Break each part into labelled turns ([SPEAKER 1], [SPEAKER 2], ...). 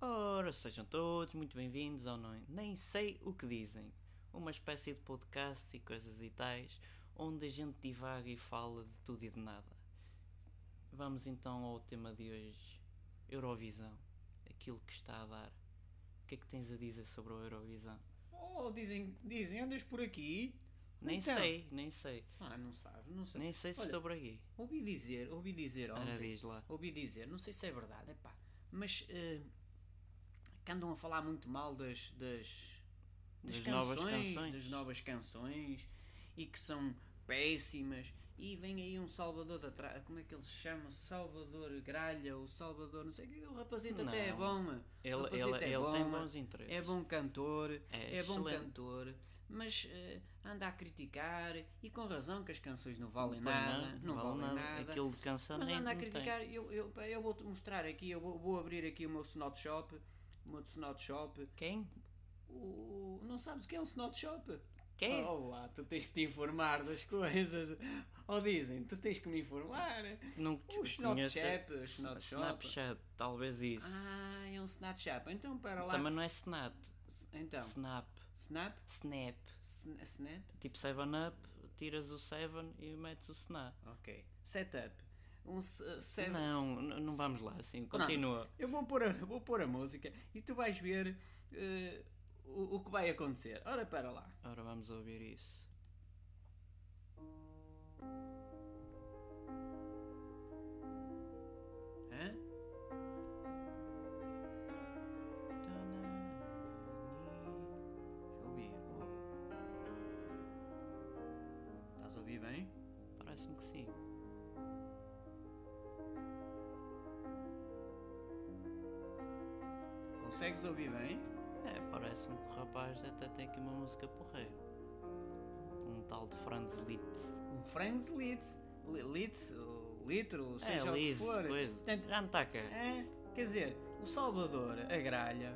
[SPEAKER 1] Ora, sejam todos muito bem-vindos ao não, Nem Sei O Que Dizem, uma espécie de podcast e coisas e tais, onde a gente divaga e fala de tudo e de nada. Vamos então ao tema de hoje, Eurovisão, aquilo que está a dar. O que é que tens a dizer sobre a Eurovisão?
[SPEAKER 2] Oh, dizem, dizem, andas por aqui?
[SPEAKER 1] Nem
[SPEAKER 2] Então.
[SPEAKER 1] sei, nem sei,
[SPEAKER 2] Ah, não sabes, não sei.
[SPEAKER 1] nem sei se
[SPEAKER 2] Olha, então,
[SPEAKER 1] estou por aqui.
[SPEAKER 2] Ouvi dizer, ouvi dizer
[SPEAKER 1] Ora,
[SPEAKER 2] ontem,
[SPEAKER 1] diz lá.
[SPEAKER 2] ouvi dizer, não sei se é verdade, epá, mas eh, que andam a falar muito mal das, das,
[SPEAKER 1] Das novas canções.
[SPEAKER 2] das novas canções e que são péssimas e vem aí um Salvador da Tra... como é que ele se chama? Salvador Gralha ou Salvador, não sei o que, o rapazito
[SPEAKER 1] Não.
[SPEAKER 2] até é bom.
[SPEAKER 1] Ele-
[SPEAKER 2] O rapazito
[SPEAKER 1] ele-
[SPEAKER 2] é
[SPEAKER 1] ele
[SPEAKER 2] bom,
[SPEAKER 1] tem bons interesses.
[SPEAKER 2] É bom cantor,
[SPEAKER 1] É
[SPEAKER 2] é, bom
[SPEAKER 1] excelente.
[SPEAKER 2] cantor, mas eh, anda a criticar e com razão que as canções não valem
[SPEAKER 1] Não vale
[SPEAKER 2] nada,
[SPEAKER 1] nada,
[SPEAKER 2] não
[SPEAKER 1] vale
[SPEAKER 2] valem nada.
[SPEAKER 1] nada. Aquilo de canção
[SPEAKER 2] mas
[SPEAKER 1] nem-
[SPEAKER 2] anda a
[SPEAKER 1] não tem.
[SPEAKER 2] criticar, eu, eu, eu vou-te mostrar aqui, eu vou, vou abrir aqui o meu Snot Shop, o meu Snot Shop,
[SPEAKER 1] Quem?
[SPEAKER 2] o, não sabes o que é um snot shop?
[SPEAKER 1] Quê?
[SPEAKER 2] Oh lá, tu tens que te informar das coisas. Ou dizem, tu tens que me informar.
[SPEAKER 1] Não tipo,
[SPEAKER 2] o Snapchat, o Snapchat.
[SPEAKER 1] Snapchat, talvez isso.
[SPEAKER 2] Ah, é um Snot Shop. Então para lá.
[SPEAKER 1] Também não é Snap.
[SPEAKER 2] Então,
[SPEAKER 1] Snap.
[SPEAKER 2] Snap?
[SPEAKER 1] Snap.
[SPEAKER 2] Sn- Snap?
[SPEAKER 1] Tipo 7up, tiras o 7 e metes o snap.
[SPEAKER 2] Ok. Setup. Um se- se-
[SPEAKER 1] Não, n- não vamos lá assim, continua.
[SPEAKER 2] Pronto, Eu vou pôr, a, vou pôr a música e tu vais ver eh, o, o que vai acontecer. Ora, para lá.
[SPEAKER 1] Ora vamos ouvir isso.
[SPEAKER 2] Hã? Deixa eu ouvir. Oh. Estás a ouvir bem?
[SPEAKER 1] Parece-me que sim.
[SPEAKER 2] Consegues ouvir bem?
[SPEAKER 1] É, parece-me que o rapaz até tem aqui uma música porreira. Um tal de Franz Liszt.
[SPEAKER 2] Um Friends Leads, li- Leads, ou Litro, ou
[SPEAKER 1] É,
[SPEAKER 2] seja
[SPEAKER 1] Liszt,
[SPEAKER 2] o que for.
[SPEAKER 1] coisa.
[SPEAKER 2] Portanto,
[SPEAKER 1] Já não está cá.
[SPEAKER 2] é, quer dizer, o Salvador, a gralha.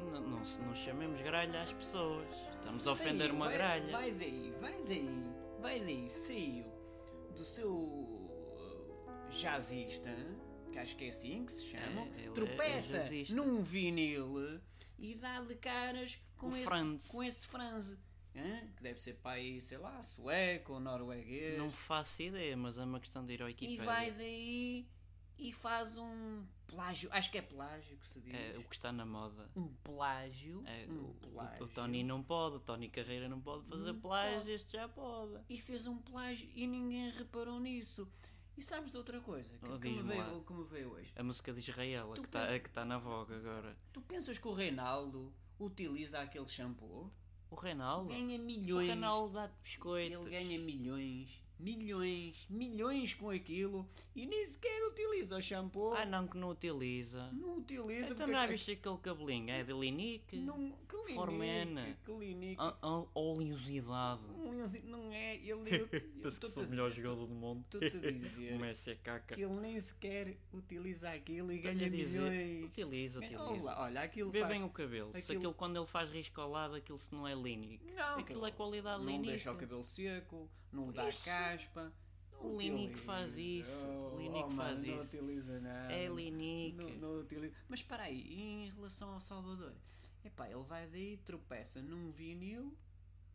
[SPEAKER 1] Não, não, se- não chamemos gralha às pessoas. Estamos a
[SPEAKER 2] saiu,
[SPEAKER 1] ofender uma
[SPEAKER 2] vai-
[SPEAKER 1] gralha.
[SPEAKER 2] Vai daí, vai daí, vai daí, saiu do seu uh, jazzista, que acho que é assim que se chama,
[SPEAKER 1] É, ele é-
[SPEAKER 2] tropeça
[SPEAKER 1] é jazzista.
[SPEAKER 2] num vinil e dá de caras com
[SPEAKER 1] O
[SPEAKER 2] esse
[SPEAKER 1] Franz.
[SPEAKER 2] com esse Franz. hã? Que deve ser pai, sei lá, sueco ou norueguês.
[SPEAKER 1] Não faço ideia, mas é uma questão de ir ao
[SPEAKER 2] é. e
[SPEAKER 1] Wikipedia. É,
[SPEAKER 2] vai daí e faz um plágio. Acho que é plágio que se diz.
[SPEAKER 1] É o que está na moda.
[SPEAKER 2] Um plágio.
[SPEAKER 1] É,
[SPEAKER 2] um
[SPEAKER 1] o- o-
[SPEAKER 2] plágio.
[SPEAKER 1] O, Tony não pode, o Tony Carreira não pode fazer plágio, este já pode.
[SPEAKER 2] e fez um plágio e ninguém reparou nisso. E sabes de outra coisa que,
[SPEAKER 1] Oh,
[SPEAKER 2] que me,
[SPEAKER 1] diz-me lá.
[SPEAKER 2] veio, que me veio hoje?
[SPEAKER 1] A música de Israel, a que está
[SPEAKER 2] pensas-
[SPEAKER 1] tá na voga agora.
[SPEAKER 2] Tu pensas que o Reinaldo utiliza aquele shampoo?
[SPEAKER 1] O Reinaldo?
[SPEAKER 2] Ganha
[SPEAKER 1] O
[SPEAKER 2] milhões.
[SPEAKER 1] Reinaldo dá-te biscoitos.
[SPEAKER 2] Ele ganha milhões, milhões, milhões com aquilo e nem sequer utiliza o shampoo.
[SPEAKER 1] Ah não, que não utiliza.
[SPEAKER 2] Não utiliza. é
[SPEAKER 1] Então não há visto aquele cabelinho? É de linique?
[SPEAKER 2] Não, clinique,
[SPEAKER 1] Formena.
[SPEAKER 2] clinique.
[SPEAKER 1] A- a- oleosidade.
[SPEAKER 2] Um leãozinho, não é, ele... Eu, eu
[SPEAKER 1] Penso Ah, que
[SPEAKER 2] estou-te
[SPEAKER 1] sou
[SPEAKER 2] a
[SPEAKER 1] o melhor
[SPEAKER 2] dizer,
[SPEAKER 1] jogador do mundo.
[SPEAKER 2] estou-te a dizer.
[SPEAKER 1] O Messi é caca.
[SPEAKER 2] Que ele nem sequer utiliza aquilo e
[SPEAKER 1] Tenho a
[SPEAKER 2] ganha milhões.
[SPEAKER 1] Utiliza, utiliza.
[SPEAKER 2] Olha, olha, aquilo
[SPEAKER 1] Vê
[SPEAKER 2] faz...
[SPEAKER 1] bem o cabelo. Se
[SPEAKER 2] aquilo-
[SPEAKER 1] aquilo quando ele faz risco ao lado, aquilo se não é linique.
[SPEAKER 2] Não,
[SPEAKER 1] Aquilo é qualidade
[SPEAKER 2] Não
[SPEAKER 1] linique.
[SPEAKER 2] deixa o cabelo seco, não dá
[SPEAKER 1] isso-
[SPEAKER 2] caspa. Oh,
[SPEAKER 1] O Linique faz isso, o Linique faz
[SPEAKER 2] não
[SPEAKER 1] isso.
[SPEAKER 2] utiliza nada.
[SPEAKER 1] É Linique.
[SPEAKER 2] Não, não utiliza. Mas para aí, e em relação ao Salvador? Epá, ele vai daí, tropeça num vinil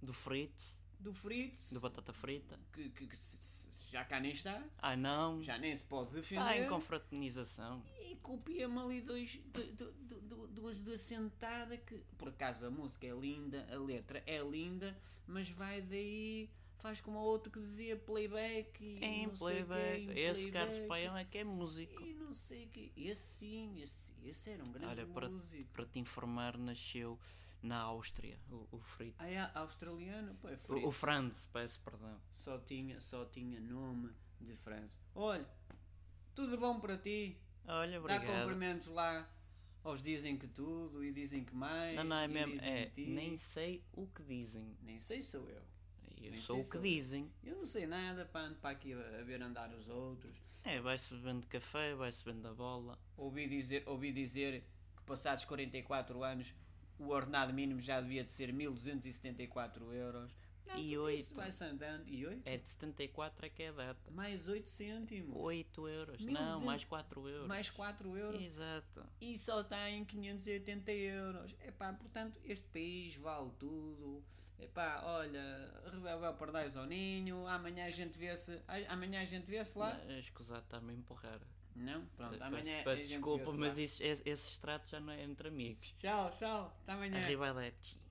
[SPEAKER 1] Do Fritz,
[SPEAKER 2] do Fritz,
[SPEAKER 1] do Batata Frita.
[SPEAKER 2] que, que- que se- se- se já cá nem está,
[SPEAKER 1] Ah não,
[SPEAKER 2] já nem se pode defender.
[SPEAKER 1] está em confraternização.
[SPEAKER 2] E copia-me ali dois, du- du- du- du- duas, duas sentada que por acaso a música é linda, a letra é linda, mas vai daí, faz como o outro que dizia playback e
[SPEAKER 1] Em
[SPEAKER 2] não sei o quê,
[SPEAKER 1] playback.
[SPEAKER 2] em
[SPEAKER 1] Esse Carlos
[SPEAKER 2] playback,
[SPEAKER 1] Paião é que é músico.
[SPEAKER 2] E não sei o que. Esse sim, esse, esse era um grande
[SPEAKER 1] Olha, para,
[SPEAKER 2] músico.
[SPEAKER 1] para te informar, nasceu na Áustria, o, o Fritz.
[SPEAKER 2] Ah, é australiano? Pô, é
[SPEAKER 1] O, o
[SPEAKER 2] Fritz.
[SPEAKER 1] Franz, peço perdão.
[SPEAKER 2] Só tinha, só tinha nome de França. Olha, tudo bom para ti?
[SPEAKER 1] Olha,
[SPEAKER 2] Dá
[SPEAKER 1] obrigado.
[SPEAKER 2] cumprimentos lá. Aos dizem que tudo e dizem que mais.
[SPEAKER 1] Não, não, é
[SPEAKER 2] e
[SPEAKER 1] mesmo.
[SPEAKER 2] dizem
[SPEAKER 1] É,
[SPEAKER 2] ti.
[SPEAKER 1] nem sei o que dizem.
[SPEAKER 2] Nem sei sou eu.
[SPEAKER 1] Eu
[SPEAKER 2] Nem
[SPEAKER 1] sou
[SPEAKER 2] sei
[SPEAKER 1] o que
[SPEAKER 2] sou.
[SPEAKER 1] dizem.
[SPEAKER 2] Eu não sei nada para ando para aqui a a ver andar os outros.
[SPEAKER 1] É, vai-se bebendo café, vai-se bebendo a bola.
[SPEAKER 2] Ouvi dizer, ouvi dizer que passados 44 anos o ordenado mínimo já devia de ser 1274 euros. Não,
[SPEAKER 1] E
[SPEAKER 2] tudo
[SPEAKER 1] oito.
[SPEAKER 2] isso vai-se andando. E 8?
[SPEAKER 1] É de 74 é que é a data.
[SPEAKER 2] Mais 8 cêntimos.
[SPEAKER 1] 8 euros.
[SPEAKER 2] 1200.
[SPEAKER 1] Não, mais 4 euros.
[SPEAKER 2] Mais 4 euros.
[SPEAKER 1] Exato.
[SPEAKER 2] E, e só está em 580 euros. Epá, portanto, este país vale tudo. Epá, olha, Rebel Pardais ao ninho, amanhã a gente vê-se. a- Amanhã a gente vê-se lá?
[SPEAKER 1] Não, é Escusado está-me a empurrar.
[SPEAKER 2] Não? Pronto,
[SPEAKER 1] Peço-
[SPEAKER 2] amanhã a
[SPEAKER 1] peço
[SPEAKER 2] gente
[SPEAKER 1] desculpa,
[SPEAKER 2] vê-se
[SPEAKER 1] mas
[SPEAKER 2] lá.
[SPEAKER 1] esses, es- esses tratos já não é entre amigos.
[SPEAKER 2] Tchau, tchau, até amanhã.
[SPEAKER 1] Arriba a